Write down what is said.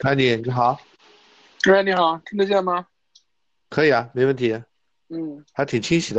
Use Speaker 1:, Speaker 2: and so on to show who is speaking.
Speaker 1: 安迪，你好，
Speaker 2: 哎喂，你好，听得见吗？
Speaker 1: 可以啊，没问题，
Speaker 2: 嗯。
Speaker 1: 还挺清晰的。